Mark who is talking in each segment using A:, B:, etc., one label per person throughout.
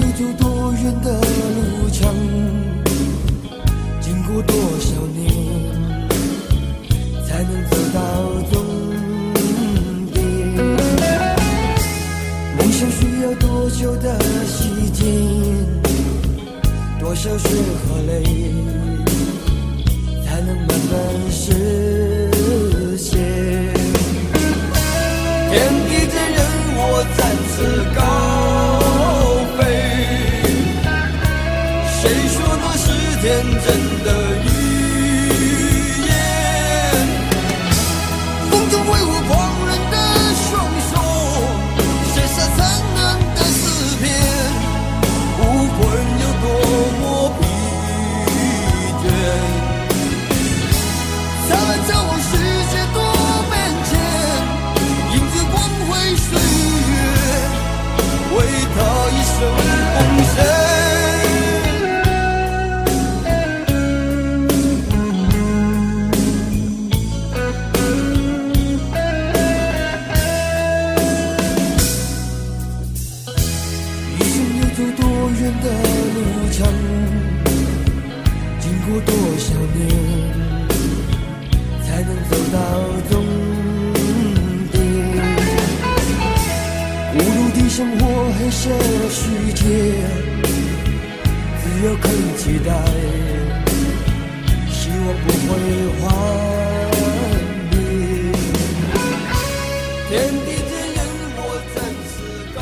A: 有走多远的路程，经过多少年，才能走到终点？梦想需要多久的时间？多少血和泪，才能慢慢实现？天地之人，我展翅高飞。谁说那是天真的语言？风中挥舞狂人的双手，写下灿烂的诗篇，不管有多么疲倦。他们将我世界多变迁，迎着光辉岁月，为他一生奉献。一生要走多远的路程，经过多少年？才能走到终点。孤独的生活，黑色世界，只有肯期待，希望不会幻灭。天地之人，我暂时高。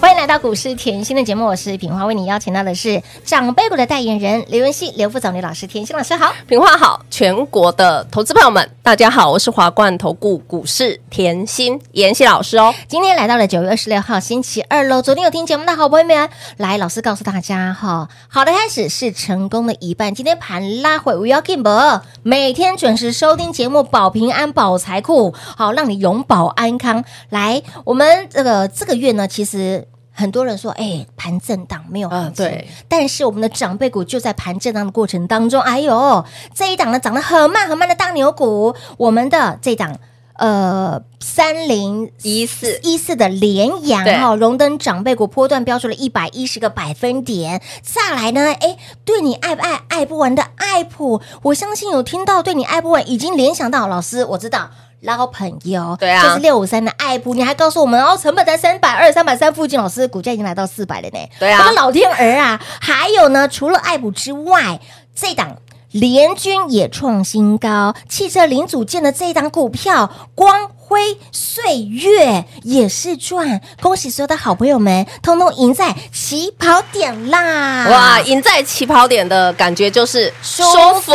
B: 欢迎来到股市甜心的节目，我是品花，为你邀请到的是长辈股的代言人刘文熙、刘副总、刘老师、甜心老师好。
C: 平话好，全国的投资朋友们，大家好，我是华冠投顾股市甜心妍希老师哦。
B: 今天来到了九月二十六号星期二喽，昨天有听节目的好朋友们，来老师告诉大家哈，好的开始是成功的一半。今天盘拉回，不要 g a 每天准时收听节目，保平安、保财库，好让你永保安康。来，我们这个这个月呢，其实。很多人说，哎、盘震荡没有行情、
C: 啊对
B: 但是我们的长辈股就在盘震荡的过程当中，哎呦，这一档呢涨得很慢很慢的大牛股，我们的这档呃三零
C: 一四
B: 一四的联阳
C: 对
B: 哈，荣登长辈股波段标出了一百一十个百分点。再来呢，哎，对你爱不爱爱不完的爱普，我相信有听到对你爱不完，已经联想到老师，我知道。老朋友，
C: 对啊
B: 就是六五三的爱普，你还告诉我们哦，成本在三百二、三百三附近，老师股价已经来到四百了呢。
C: 对啊
B: 我的老天儿啊！还有呢，除了爱普之外，这档联军也创新高，汽车零组件的这一档股票光。辉岁月也是赚，恭喜所有的好朋友们，通通赢在起跑点啦！
C: 哇，赢在起跑点的感觉就是舒服，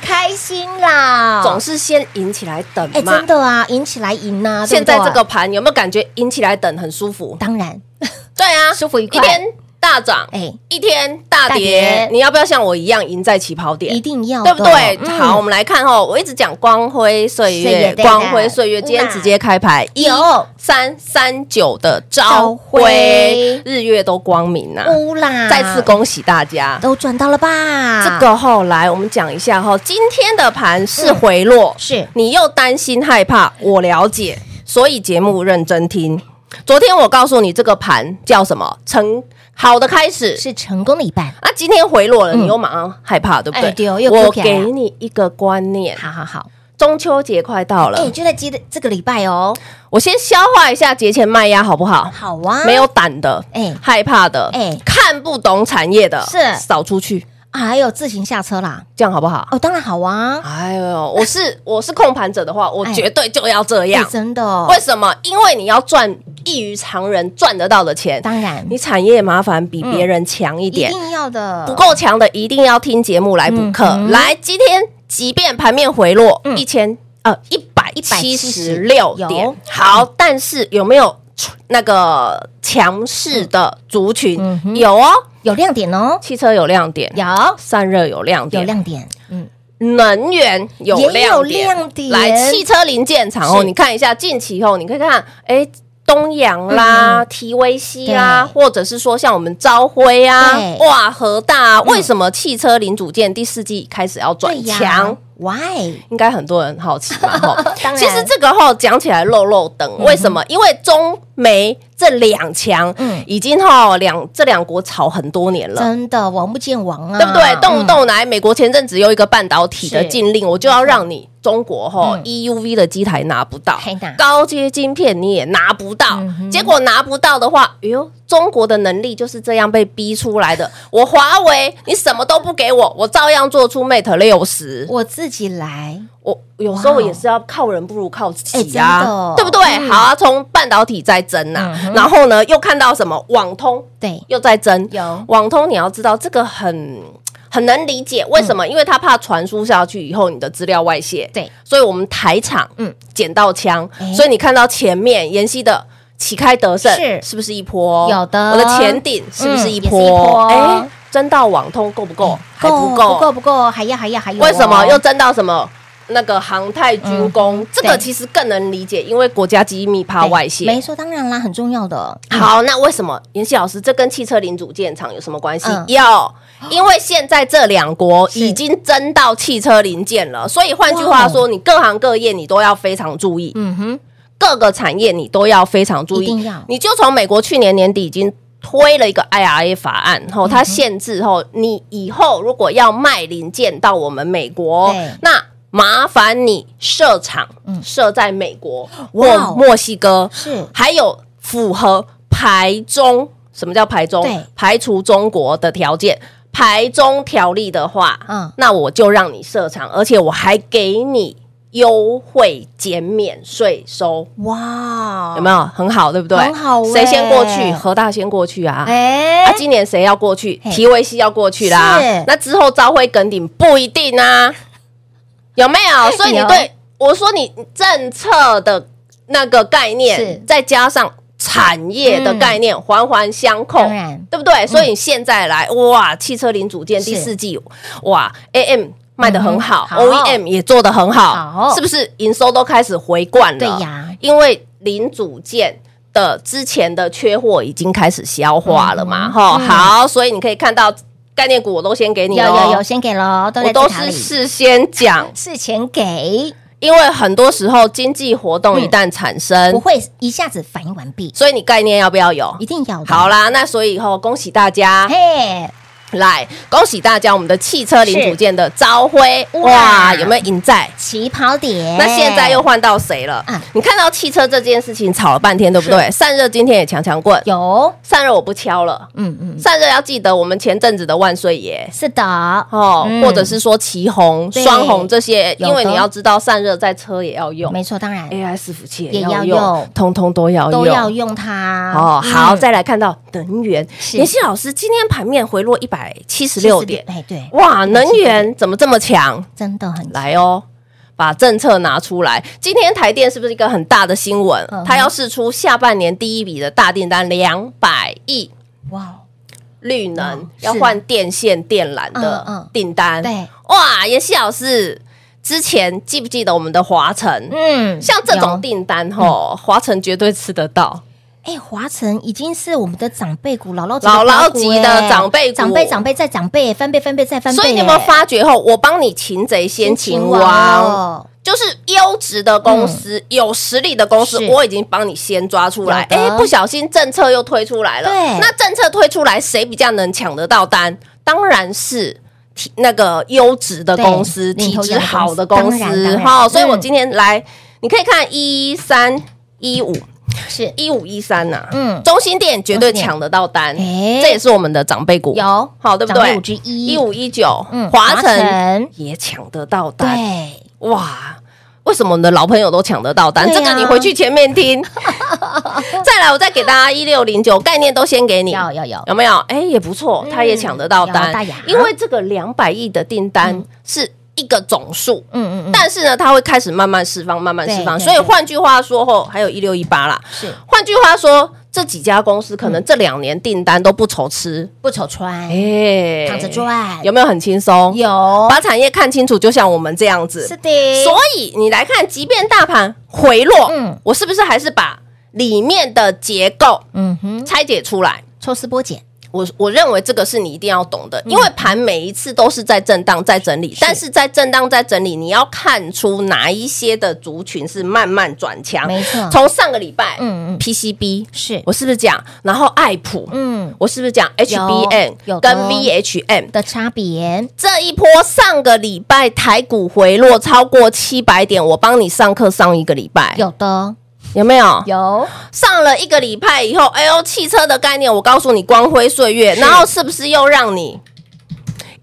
B: 开心啦！
C: 总是先赢起来等
B: 哎、
C: 嘛
B: 真。的啊，赢起来赢呐、对
C: 现
B: 不对
C: 在这个盘有没有感觉赢起来等很舒服？
B: 当然，
C: 对啊，
B: 舒服愉快
C: 一天大涨，
B: 哎、
C: 一天大
B: 大跌
C: 跌，你要不要像我一样赢在起跑点
B: 一？定要
C: 对不
B: 的
C: 对？
B: 嗯
C: 好，我们来看哦。我一直讲光辉岁
B: 岁月
C: 月，
B: 对的
C: 光辉岁月，今天直接开牌一
B: 有
C: 三三九的
B: 朝
C: 朝
B: 晖
C: 晖，日月都光明呐！
B: 乌啦，
C: 再次恭喜大家。
B: 都赚到了吧？
C: 这个后来我们讲一下哈，今天的盘是回落，
B: 嗯是
C: 你又担心害怕，我了解，所以节目认真听。昨天我告诉你这个盘叫什么？成好的开始
B: 是成功的一半。
C: 啊，今天回落了，
B: 嗯
C: 你又马上害怕，对不
B: 哎对哦
C: 对？
B: 又
C: 我
B: Q 起来
C: 给
B: 了
C: 你一个观念，
B: 好好好，
C: 中秋节快到
B: 哎、
C: 了，
B: 就在记得这个礼拜哦。
C: 我先消化一下节前卖压，好不好？
B: 好啊，
C: 没有，胆的，
B: 哎
C: 害怕的，
B: 哎
C: 看不懂产业的，
B: 是
C: 扫出去，
B: 啊还有自行下车啦。
C: 这样好不好？
B: 哦，当然好啊，
C: 哎呦，我是 我是控盘者的话，我
B: 哎
C: 绝对就要这样
B: 哎。真的哦
C: 为，什么？因为你要赚异于常人赚得到的钱，
B: 当然
C: 你产业麻烦比别人强一
B: 一
C: 点，
B: 定要的，
C: 不够强的一定要听节目来补课。
B: 嗯哼
C: 来，今天即便盘面回落
B: 嗯
C: 一千、呃一百七十六
B: 176
C: 点
B: 有，
C: 好，
B: 嗯
C: 但是有没有那个强势的族群？
B: 嗯哼
C: 有哦，
B: 有亮点哦，
C: 汽车有亮点，
B: 有
C: 散热有亮
B: 有
C: 点，
B: 亮点，嗯，
C: 能源有
B: 也有
C: 亮点，
B: 亮点
C: 来汽车零件厂哦，
B: 是
C: 你看一下近期哦，你可以看，哎，东阳
B: 嗯
C: 啦、提维西啦，啊或者是说像我们朝晖啊
B: 对、嗯
C: 哇和大啊，为什么汽车零组件第四季开始要
B: 对
C: 转
B: 呀
C: 强？
B: ，Why？
C: 应该很多人很好奇嘛，哈
B: 当然嗯
C: 其实这个哈讲起来漏漏等，为什么？因为中美这两强，
B: 嗯
C: 已经哈两这两国吵很多年了。
B: 真的王不见王啊，
C: 对不对？动不
B: 嗯
C: 动来，美国前阵子有一个半导体的
B: 是
C: 禁令，我就要让你中国吼
B: 嗯
C: EUV 的机台拿不到
B: 嘿呐，
C: 高阶晶片你也拿不到
B: 嗯。哼
C: 结果拿不到的话，哎呦，中国的能力就是这样被逼出来的。我华为，你什么都不给我，我照样做出 Mate 六十。
B: 我自己来，
C: 我有时候
B: 哇
C: 也是要靠人不如靠
B: 哎真
C: 己
B: 的
C: 啊
B: 哦，
C: 对不对？好啊，从半导体再争呐
B: 嗯，哼
C: 然后呢，又看到什么网通，
B: 对，
C: 又在争。
B: 有
C: 网通，你要知道这个很很能理解，为什么？因为他怕传输下去以后你的资料外泄，
B: 嗯对，
C: 所以我们台厂
B: 嗯
C: 嗯捡到枪
B: 哎，
C: 所以你看到前面妍希的。旗开得胜
B: 是
C: 是不是一波？
B: 有的
C: 我的前顶是不是
B: 嗯也是
C: 一
B: 一波
C: 波？哎，争到网通够不够？还不
B: 不够
C: 够？
B: 不够，还要还要还有哦，
C: 为什么又争到什么？那个航太军工，这个
B: 嗯对
C: 其实更能理解，因为国家机密怕
B: 对
C: 外泄。
B: 哎没错，当然啦，很重要的。
C: 好，那为什么妍希老师这跟汽车零组件厂有什么关系
B: 嗯？
C: 有，因为现在这两国已经争到汽车零件了，所以换句话说，你各行各业你都要非常注意，
B: 哦嗯哼，
C: 各个产业你都要非常注
B: 一定
C: 意
B: 要。
C: 你就从美国去年年底已经。推了一个 IRA 法案，
B: 嗯
C: 吼，它限制吼，你以后如果要卖零件到我们美国
B: 对，嗯
C: 那麻烦你设厂，设在美国
B: 哇哦
C: 或墨西哥，
B: 是
C: 还有符合排中，什么叫排中
B: 对？
C: 排除中国的条件，排中条例的话，
B: 嗯
C: 嗯，那我就让你设厂，而且我还给你优惠减免税收，
B: 哇，
C: 有没有？很好，对不对？
B: 哦很好欸
C: 谁先过去？何大先过去啊？
B: 哎
C: 啊，，今年谁要过去
B: 嘿？
C: 提维西要过去啦
B: 是。
C: 那之后朝晖耿鼎不一定啊，有没有？所以你
B: 哎有
C: 对我说，你政策的那个概
B: 是嗯
C: 念，再加上产业的概念，环环相扣
B: 当然，
C: 对不对？所以你现在来，哇，汽车零组件
B: 嗯是
C: 第四季，哇，AM。卖得很好
B: 嗯好
C: ，OEM 也做得很好，
B: 好
C: 是不是营收都开始回灌了？
B: 对呀
C: 因为零组件的之前的缺货已经开始消化了嘛，哈、
B: 嗯
C: 好，所以你可以看到概念股我都先给你
B: 有
C: 咯
B: 有有，先给喽，都在
C: 我都
B: 字卡
C: 是
B: 里
C: 事先讲，
B: 事前给，
C: 因为很多时候经济活动一旦产生，
B: 不会一下子反应完毕，
C: 所以你概念要不要有
B: 一？定要的
C: 好，啦，那所以以后恭喜大家，
B: 嘿，
C: 来恭喜大家，我们的汽车零组件的朝晖，
B: 哇
C: 哇，有没有赢在？
B: 起跑点，
C: 那现在又换到谁了
B: 嗯？
C: 你看到汽车这件事情吵了半天，对不对？散热今天也强强棍，
B: 有，
C: 散热我不敲了，
B: 嗯嗯，
C: 散热要记得我们前阵子的万岁爷。
B: 是的，
C: 哦，
B: 嗯
C: 或者是说旗红、
B: 对
C: 双红这些，
B: 有的
C: 因为你要知道散热在车也要用
B: 没错，当然
C: ，AI 哎伺服器
B: 也
C: 也
B: 要
C: 要
B: 用
C: 用，通通都要
B: 都要
C: 用。
B: 用它。
C: 哦，
B: 嗯
C: 好，再来看到能源，
B: 是
C: 妍希老师今天盘面回落一百七十六点，
B: 哎，对，
C: 哇，能
B: 176
C: 源怎么这么强？
B: 真的很
C: 来哦，把政策拿出来。今天台电是不是一个很大的新闻
B: 嗯哼？
C: 它要试出下半年第一笔的大订单两百亿，
B: 哇，哦
C: 绿
B: 嗯
C: 能
B: 是
C: 要换电线电缆
B: 嗯嗯
C: 的订单。
B: 对，
C: 哇，妍希老师之前记不记得我们的华晨？
B: 嗯
C: 像这种
B: 有
C: 订单吼，华晨绝对吃得到。
B: 哎，华晨已经是我们的长辈股，姥姥级的
C: 姥姥
B: 高股
C: 级的
B: 哎
C: 长辈股
B: 长辈长辈再长辈，翻倍翻倍再翻倍，
C: 所以你有没有
B: 哎
C: 发觉后，我帮你擒贼先擒王，
B: 哦？
C: 就是优质的公司、有实力的公司
B: 嗯是，
C: 我已经帮你先抓出来。
B: 有的
C: 哎，不小心政策又推出来了，
B: 对
C: 那政策推出来，谁比较能抢得到单？当然是。体那个优质的公司，
B: 对领
C: 体
B: 头
C: 质
B: 羊的公
C: 好
B: 司
C: 的
B: 当
C: 公
B: 然当
C: 司，
B: 然
C: 哈，所以我
B: 嗯
C: 今天来，你可以看一三一五，
B: 是，
C: 一五一三呐，
B: 嗯
C: 中心店绝对
B: 中心店
C: 抢得到单，
B: 哎
C: 这也是我们的长辈股，
B: 有
C: 好对不
B: 长辈
C: 对？
B: 股之一
C: 一五一九，
B: 嗯
C: 华
B: 华
C: 晨
B: 晨
C: 也抢得到单，
B: 对，
C: 哇！为什么我们的老朋友都抢得到单？
B: 对啊
C: 这个你回去前面听。 再来，我再给大家一六零九概念都先给你，
B: 有有有，
C: 有没有？哎，也不错
B: 嗯，
C: 他也抢得到
B: 有大
C: 单
B: 雅，嗯
C: 因为这个两百亿的订单是一个总数，
B: 嗯嗯嗯，
C: 但是呢，它会开始慢慢释放，慢慢释放。
B: 对对
C: 所以换句话说，后还有一六一八啦。
B: 是
C: 换句话说，这几家公司可
B: 嗯
C: 能这两年订单都不愁吃，
B: 不愁穿，
C: 哎
B: 躺着赚，
C: 有没有很轻松？
B: 有
C: 把产业看清楚，就像我们这样子。
B: 是的，
C: 所以你来看，即便大盘回落，
B: 嗯
C: 我是不是还是把里面的结构
B: 嗯哼，
C: 拆解出来？
B: 抽丝剥茧，
C: 我我认为这个是你一定要懂
B: 嗯
C: 的，因为盘每一次都是在震荡、在整理，但是在震荡、在整理，你要看出哪一些的族群是慢慢转强。
B: 没错
C: 从上个礼拜，
B: 嗯嗯
C: PCB
B: 是，
C: 我是不是讲？然后爱普，
B: 嗯
C: 我是不是讲 HBN
B: 有的
C: 跟 VHM？
B: 的差别，
C: 这一波上个礼拜台股回落超过七百点，我帮你上课上一个礼拜，
B: 有的
C: 有没有？
B: 有，
C: 上了一个礼拜以后，哎呦，汽车的概念，我告诉你，光辉岁月，然后是不是又让你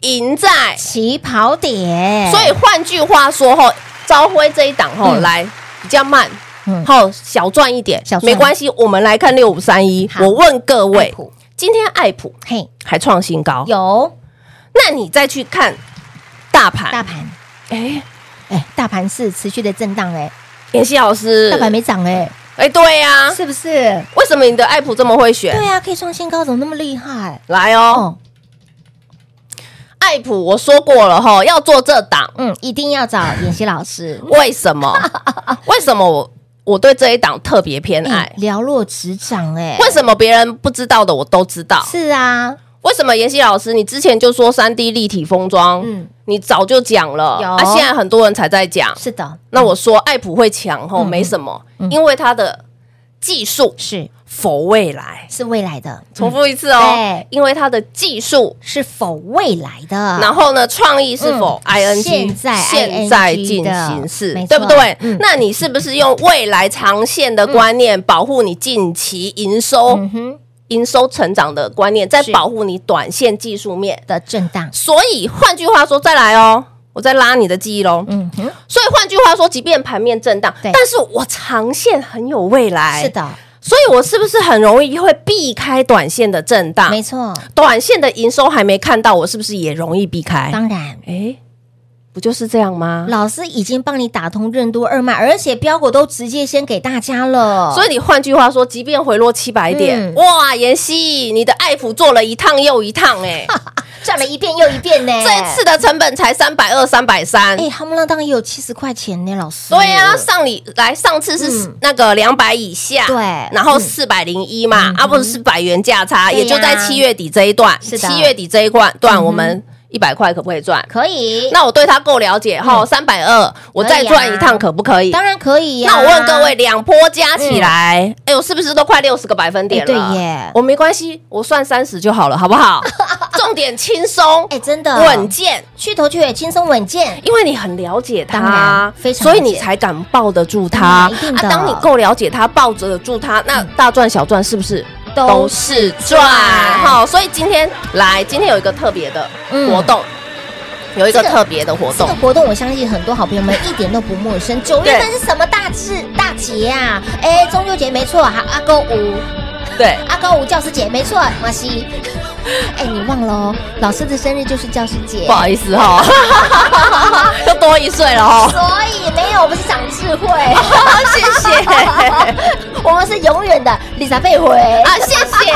C: 赢在？
B: 起跑点，
C: 所以换句话说，吼，朝晖这一档吼、
B: 嗯
C: 来比较慢
B: 嗯，
C: 吼、小赚一点
B: 小，赚
C: 没关系。我们来看六五三一，
B: 好
C: 我问各
B: 惠
C: 位，
B: 普
C: 今天爱普
B: 嘿
C: 还创新高，
B: 有
C: 那你再去看大盘，
B: 大盘，
C: 哎，
B: 哎，大盘是持续的震荡，哎，
C: 妍希老师，
B: 大盘没涨，哎，
C: 哎，对呀、
B: 是不是？
C: 为什么你的爱普这么会选？
B: 对啊，可以创新高，怎么那么厉害？
C: 来哦，
B: 哦，
C: 爱普我说过了哈，要做这档，
B: 嗯，一定要找妍希老师，
C: 为什 么？为什么我我对这一档特别偏爱
B: 哎，？了若指掌，哎，
C: 为什么别人不知道的我都知道？
B: 是啊，
C: 为什么妍希老师你之前就说三 D 立体封装，
B: 嗯
C: 你早就讲了，
B: 有
C: 啊，现在很多人才在讲。
B: 是的，
C: 那我说爱普会强
B: 嗯
C: 吼，没什么，因为它的技术
B: 是
C: 否未来。
B: 是未来的，
C: 重
B: 嗯
C: 复一次哦
B: 对，
C: 因为它的技术
B: 是否未来的？
C: 然后呢，创意是否
B: 啊嗯
C: ing
B: 现在
C: 现在
B: ING 的
C: 进行式
B: 没，错
C: 对不对
B: 嗯？
C: 那你是不是用未来长线的观念保护你近期营收
B: 嗯哼
C: 营收成长的观念，再
B: 是
C: 保护你短线技术面？
B: 的震荡，
C: 所以换句话说，再来哦，我再拉你的记忆喽。
B: 嗯哼，
C: 所以换句话说，即便盘面震荡，
B: 对
C: 但是我长线很有未来，啊
B: 是。的，
C: 所以我是不是很容易会避开短线的震荡？
B: 没错，
C: 短线的营收还没看到，我是不是也容易避开？
B: 当然。
C: 哎，不就是这样吗？
B: 老师已经帮你打通任督二脉，而且标股都直接先给大家了，
C: 所以你换句话说，即便回落七百点，
B: 嗯
C: 哇，妍希，你的爱普做了一趟又一趟、 诶，哎，
B: 转了一遍又一遍呢。
C: 这一次的成本才三百二、三百三。
B: 哎，哈姆浪当也有七十块钱呢，老师。
C: 对啊呀、上礼来上次是
B: 嗯
C: 那个两百以下，
B: 对
C: 然后
B: 嗯
C: 四百零一嘛，啊，不是四百元价差，
B: 对呀
C: 也就在七月底这一段，
B: 是的嗯
C: 七月底这一段段我们一百块可不可以赚？
B: 可以，嗯
C: 那我对它够了解哈，三百二，我
B: 啊
C: 再赚一趟可不可以？
B: 当然可以呀。嗯
C: 那我问各位，，两波加起来，哎呦，是不是都快六十个百分点
B: 哎
C: 了？
B: 对耶
C: 我没关系，我算三十就好了，好不 好？重点轻松，
B: 哎，真的
C: 稳，健，
B: 去头去尾，轻松稳健，
C: 因为你很了解
B: 当然
C: 它，
B: 非常
C: 所以
B: 了解
C: 你才敢抱得住它。
B: 当然一定的嗯
C: 当你够了解它，抱着得住它，那大赚小赚是不是？
B: 都
C: 是赚好，所以今天来，今天有一个特别的
B: 嗯
C: 活动，有一个
B: 这个
C: 特别的活
B: 这
C: 动
B: 个，活动我相信很多好朋友们一点都不陌生。九月
C: 对
B: 份是什么大事大节啊？哎，中秋节没错，还有阿公五。
C: 对，
B: 阿高五教师节，没错，马西。 哎，你忘了哦，老师的生日就是教师节
C: 不，好意思哈、 哦，又多一岁 了哦。
B: 所以没有我们是长智慧，
C: 谢谢
B: 我们是永远的丽莎贝回。
C: 啊，谢谢。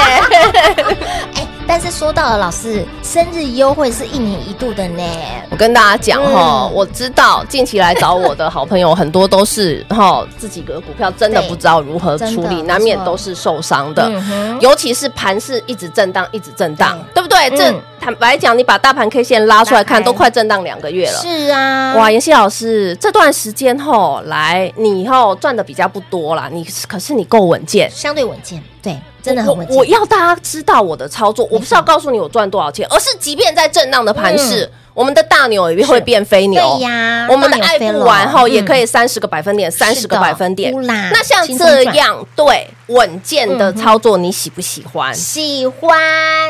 B: 哎，但是说到了老师生日优惠是一年一度的呢，
C: 我跟大家讲哈、
B: 嗯
C: 我知道近期来找我的好朋友很多都是哈自己的股票真的
B: 对
C: 不知道如何处
B: 真
C: 理，
B: 的
C: 难免
B: 没错
C: 都是受伤的。
B: 嗯哼
C: 尤其是盘势一直震荡，一直震荡，对不对？
B: 嗯
C: 这坦白讲，你把大盘 K 线拉出来
B: 拉
C: 看，
B: 开
C: 都快震荡两个月了。
B: 是啊，
C: 哇，妍希老师，这段时间吼，来你吼赚的比较不多啦，你可是你够稳健，
B: 相对稳健，对，真的很稳
C: 我。我
B: 健。
C: 要大家知道我的操作，我不是要告诉你我赚多少钱，而是即便在震荡的盘势，我们的大牛也会变飞牛。
B: 嗯对呀
C: 我们的
B: 大牛
C: 爱
B: 飞嗯
C: 不
B: 了
C: 完后
B: 嗯
C: 也可以三十个百分点，三十个百分点
B: 呼。啦
C: 那像
B: 轻松
C: 这
B: 赚嗯
C: 样对稳健的操作，你喜不喜欢？
B: 喜欢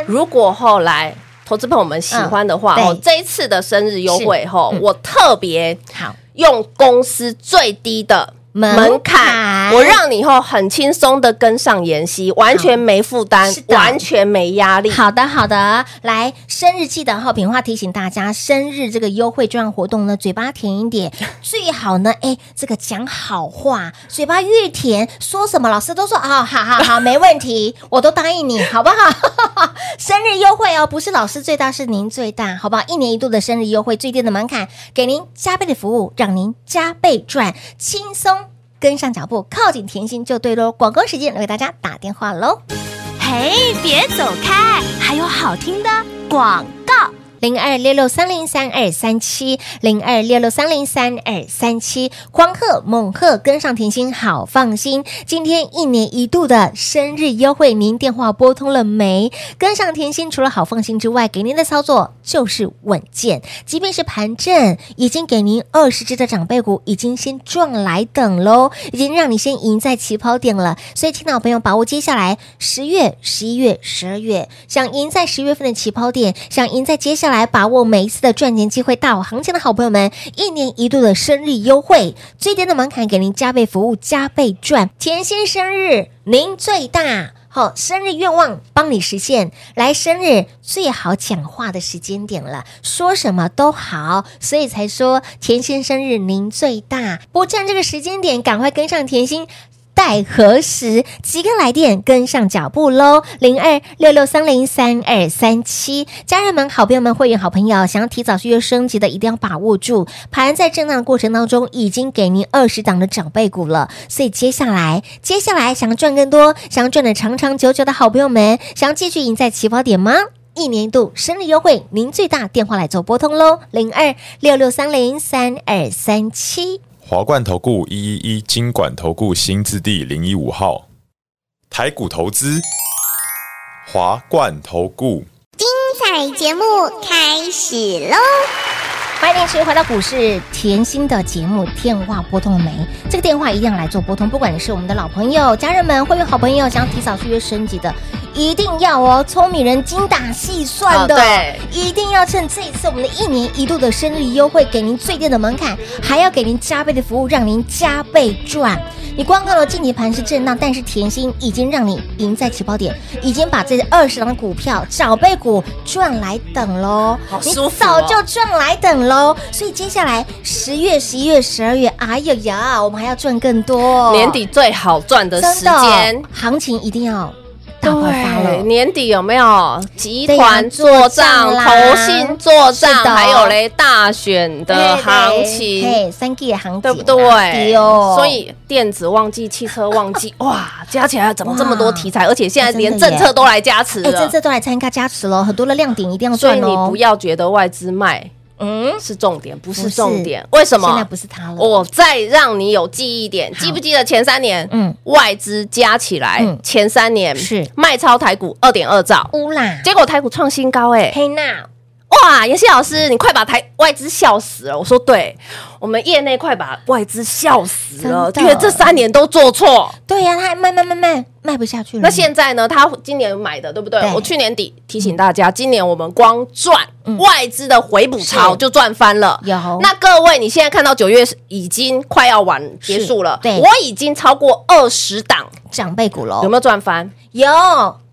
C: 如果后来投资朋友们喜欢的话，
B: 嗯对
C: 哦，这一次的生日优惠
B: 是
C: 后
B: 嗯，
C: 我特别
B: 好
C: 用公司最低的门槛，我让你以后很轻松的跟上妍希，完全没负担
B: 是，的
C: 完全没压力。
B: 好的，好的，来生日记得哈，品话提醒大家，生日这个优惠券活动呢，嘴巴甜一点，最好呢，哎，这个讲好话，嘴巴越甜，说什么老师都说哦，好好好，没问题，我都答应你，好不好？ 生日优惠哦，不是老师最大，是您最大，好不好？一年一度的生日优惠，最低的门槛，给您加倍的服务，让您加倍赚，轻松跟上脚步，靠近甜心就对喽。广告时间，我给大家打电话喽。
D: 嘿，别走开，还有好听的广告。
B: 零二六六三零三二三七，零二六六三零三二三七，狂贺猛贺，跟上甜心好放心。今天一年一度的生日优惠，您电话拨通了没？跟上甜心除了好放心之外，给您的操作就是稳健。即便是盘正，已经给您二十只的长辈股，已经先撞来等喽，已经让你先赢在起跑点了。所以，亲爱的朋友，把握接下来十月、十一月、十二月，想赢在十月份的起跑点，想赢在接下来把握每一次的赚钱机会，大好行情的好朋友们，一年一度的生日优惠，最低的门槛给您加倍服务，加倍赚。甜心生日，您最大。好，生日愿望帮你实现。来，生日最好讲话的时间点了，说什么都好，所以才说甜心生日您最大。不占这个时间点，赶快跟上甜心。待何时？即刻来电跟上脚步喽！零二六六三零三二三七，家人们、好朋友们、会员好朋友，想要提早续约升级的，一定要把握住。盘在震荡的过程当中，已经给您二十档的长辈股了，所以接下来，接下来想要赚更多、想要赚的长长久久的好朋友们，想要继续赢在起跑点吗？一年一度生日优惠，您最大电话来做拨通喽，零二六六三零三二三七。
E: 华冠投顾一一一金管投顾新字第零一五号，台股投资，华冠投顾。
F: 彩节目开始喽！
B: 欢迎您持续回到股市甜心的节目，电话拨通了没？这个电话一定要来做拨通，不管你是我们的老朋友、家人们、会员好朋友，想要提早续约升级的，一定要哦！聪明人精打细算的，
C: 哦对，
B: 一定要趁这一次我们的一年一度的生日优惠，给您最低的门槛，还要给您加倍的服务，让您加倍赚。你光看到近期盘是震荡，但是甜心已经让你赢在起跑点，已经把这二十档的股票长辈股赚来等喽。
C: 好
B: 你
C: 舒服
B: 早
C: 哦
B: 就赚来等喽。所以接下来十月、十一月、十二月，哎呀呀，我们还要赚更多。
C: 年底最好赚的时
B: 真的
C: 间，
B: 行情一定要大爆发
C: 对，
B: 了。
C: 年底有没有集团
B: 对呀
C: 做
B: 做
C: 账、
B: 账啦
C: 投信做
B: 是
C: 账，
B: 的
C: 还有嘞大选的行情，
B: 嘿，三 G 的行情啊，
C: 对不对？
B: 哦，
C: 所以电子旺季、汽车旺季，哇，加起来怎么这么多题材？而且现在连
B: 哎真的耶
C: 政策都来加持
B: 哎，政
C: 了，
B: 策都来参加加持喽，很多的亮点一定要
C: 所
B: 赚
C: 以你
B: 哦
C: 不。要觉得外资卖
B: 嗯，
C: 是重点，不
B: 不
C: 是
B: 是
C: 重点，为什么？
B: 现在不是他了，
C: 我再让你有记忆点，
B: 好
C: 记不记得前三年？
B: 嗯
C: 外资加起来，
B: 嗯
C: 前三年
B: 是
C: 卖超台股二点二兆，
B: 乌啦，
C: 结果台股创新高、哎，
B: 黑娜
C: 哇！妍希老师，你快把台外资笑死了。我说对，我们业内快把外资笑死了，
B: 真
C: 因
B: 的
C: 为这三年都做错。
B: 对呀、他还卖卖卖卖卖不下去了。
C: 那现在呢？他今年买的，对不对
B: 对？
C: 我去年底提醒大
B: 嗯
C: 家，今年我们光赚外资的回补潮
B: 是
C: 就赚翻了。
B: 有
C: 那各位，你现在看到九月已经快要完结束了，
B: 对
C: 我已经超过二十档，
B: 长辈股喽，
C: 有没有赚翻？
B: 有？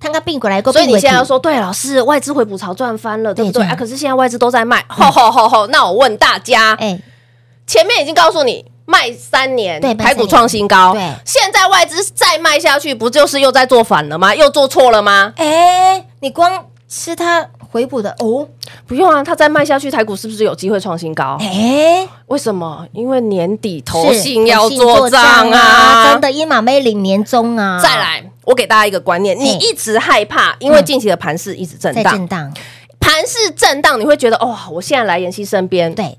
B: 他刚并过来过，
C: 所以你
B: 并过
C: 现在
B: 去
C: 要说，对，老师，外资回补潮赚翻了，对
B: 对
C: 不对？嗯
B: 赚
C: 啊，可是现在外资都在卖，吼吼吼吼！那我问大家，
B: 哎，
C: 前面已经告诉你。卖三年
B: 对，卖
C: 台股
B: 三年
C: 创新高。
B: 对
C: 现在外资再卖下去，不就是又在做反了吗？又做错了吗？
B: 哎，你光吃它回补的哦，
C: 不用啊，它再卖下去，台股是不是有机会创新高？
B: 哎，
C: 为什么？因为年底投
B: 是
C: 信要
B: 投
C: 做账啊！
B: 真的，一马没领年终啊，
C: 再来，我给大家一个观念，你一直害怕，因为近期的盘势一直震
B: 再震
C: 荡，
B: 荡，
C: 盘势震荡，你会觉得哇，我现在来妍希身边，
B: 对，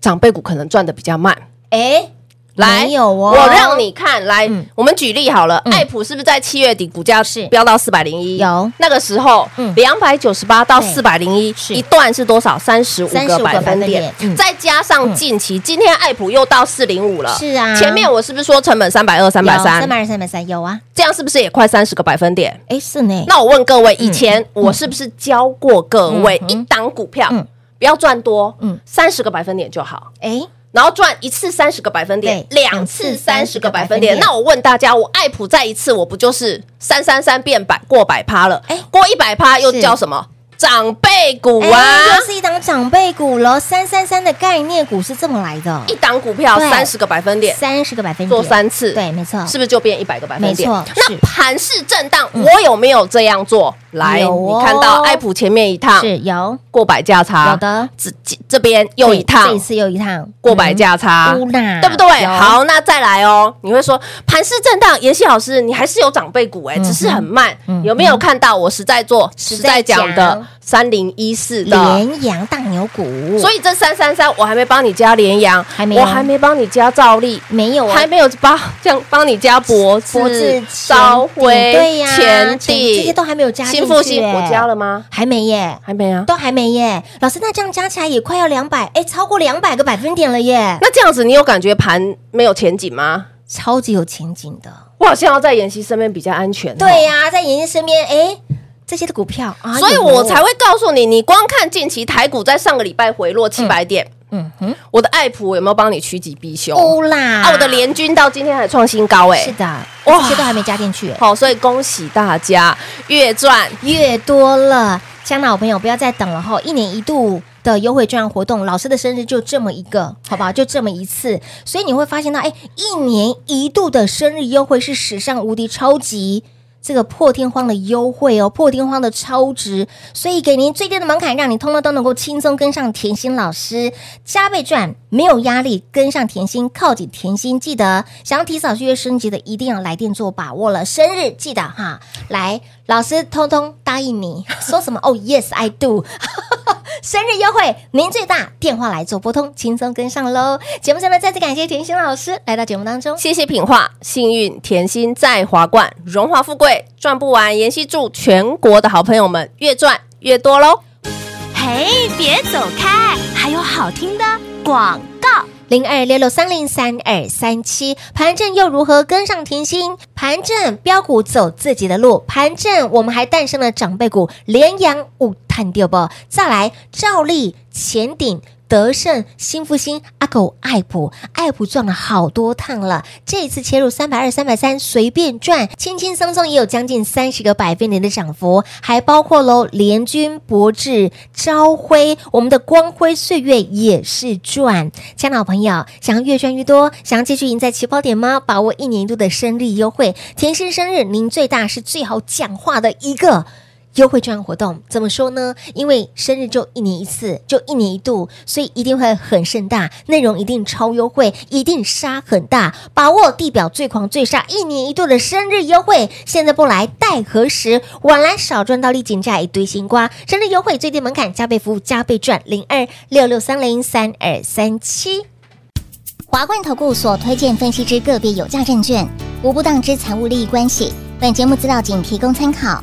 C: 长辈股可能赚的比较慢。
B: 哎，
C: 来，
B: 没有哦
C: 我让你看。来
B: 嗯，
C: 我们举例好了，
B: 嗯
C: 爱普是不是在七月底股价
B: 是
C: 飙到四百零一？
B: 有
C: 那个时候
B: 嗯，
C: 两百九十八到
B: 对
C: 四百零一
B: 是
C: 一段是多少？三十五
B: 35
C: 个
B: 个
C: 百分
B: 百分
C: 点
B: 点嗯，
C: 再加上近期，今天爱普又到四零五了。
B: 是啊
C: 前面我是不是说成本三百二、三百
B: 三
C: 三？
B: 百二、三百三有啊，
C: 这样是不是也快三十个百分点？
B: 哎，是呢，
C: 那我问各位，以前我是不是教过各位
B: 嗯
C: 一档股票
B: 嗯，
C: 不要赚多
B: 嗯，
C: 三十个百分点就好？
B: 哎，
C: 然后赚一次三十个百分点，
B: 对
C: 两次三十个百分
B: 两次30个百分点
C: 点。那我问大家，我爱普再一次，我不就是三三三变百过百趴了？哎，过一百趴又
B: 是
C: 叫什么？长辈股
B: 哎
C: 啊
B: 又！是一档长辈股喽，三三三的概念股是这么来的，
C: 一档股票
B: 对
C: 三十个百分点，
B: 三十个百分点
C: 做三次，
B: 对，没错，
C: 是不是就变一百个百分点？
B: 没错是嗯
C: 那盘市震荡，我有没有这样做？来，
B: 有哦
C: 你看到爱普前面一趟
B: 是有
C: 过百价差，
B: 有的
C: 这这这边啊又一
B: 对这
C: 趟
B: 一次又一趟
C: 过百价差
B: 嗯，乌娜
C: 对不对？
B: 有
C: 好，那再来哦。你会说盘市震荡，妍希老师，你还是有长辈股哎，只是很慢
B: 嗯，哼
C: 有没有看到我实在做
B: 实
C: 实
B: 在
C: 在讲的
B: 讲
C: 三零一四的？
B: 联阳大牛股，
C: 所
B: 以
C: 以这三三三我还没帮你加联阳，
B: 还没哦
C: 我还没帮你加兆利，
B: 没有哦
C: 还没有帮这样帮你加脖
B: 脖子
C: 子
B: 前、
C: 烧
B: 顶对
C: 灰、
B: 呀前
C: 前地，
B: 这些都还没有加进去
C: 新复兴
B: 哎
C: 我加了吗？
B: 还没耶。
C: 还没啊。
B: 都还没耶，老师，那这样加起来也快要两百，哎，超过两百个百分点了耶，
C: 那这样子，你有感觉盘没有前景吗？
B: 超级有前景的。
C: 我好像要在妍希身边比较安全哦。
B: 对呀、在妍妍身边，哎，这些的股票啊，
C: 所以我才
B: 会，
C: 会告诉你，你光看近期台股在上个礼拜回落七百点，
B: 嗯哼，
C: 我的爱普有没有帮你趋吉避凶？
B: 欧啦，
C: 啊，我的联军到今天还创新高
B: 是
C: 哎，
B: 的，
C: 哇
B: 这些都还没加进去耶，
C: 好，所以恭喜大家月赚
B: 越多了，香港好朋友不要再等了哈！一年一度的优惠券活动，老师的生日就这么一个，好不好？就这么一次，所以你会发现到，哎，一年一度的生日优惠是史上无敌超级。这个破天荒的优惠哦，破天荒的超值，所以给您最低的门槛，让你通通都能够轻松跟上甜心老师，加倍赚，没有压力，跟上甜心，靠紧甜心。记得想要提早续约升级的，一定要来电做把握了。生日记得哈， 来，老师通通答应你，说什么哦、oh,，yes，I do。生日优惠，您最大，电话来做拨通，轻松跟上喽。节目中呢，再次感谢甜心老师来到节目当中。
C: 谢谢品画，幸运甜心在华冠，荣华富贵赚不完。妍希祝全国的好朋友们越赚越多喽！
D: 嘿，别走开，还有好听的广告。
B: 零二六六三零三二三七，盘正又如何跟上甜心？盘正标股走自己的路，盘正我们还诞生了长辈股联阳五探掉不？再来照例前顶。德胜、新复兴、阿狗、爱普，爱普赚了好多趟了。这一次切入三百二、三百三，随便赚，轻轻松松也有将近三十个百分点的涨幅，还包括喽联军、博智、朝晖，我们的光辉岁月也是赚。亲爱的好朋友，想要越赚越多，想要继续赢在起跑点吗？把握一年一度的生日优惠，甜心生日，您最大是最好讲话的一个。优惠券活动怎么说呢？因为生日就一年一次，就一年一度，所以一定会很盛大，内容一定超优惠，一定杀很大，把握地表最狂最杀一年一度的生日优惠，现在不来待何时？晚来少赚到立减价一堆新瓜，生日优惠最低门槛加倍服务加倍赚，零二六六三零三二三七。
F: 华冠投顾所推荐分析之个别有价证券，无不当之财务利益关系。本节目资料仅提供参考，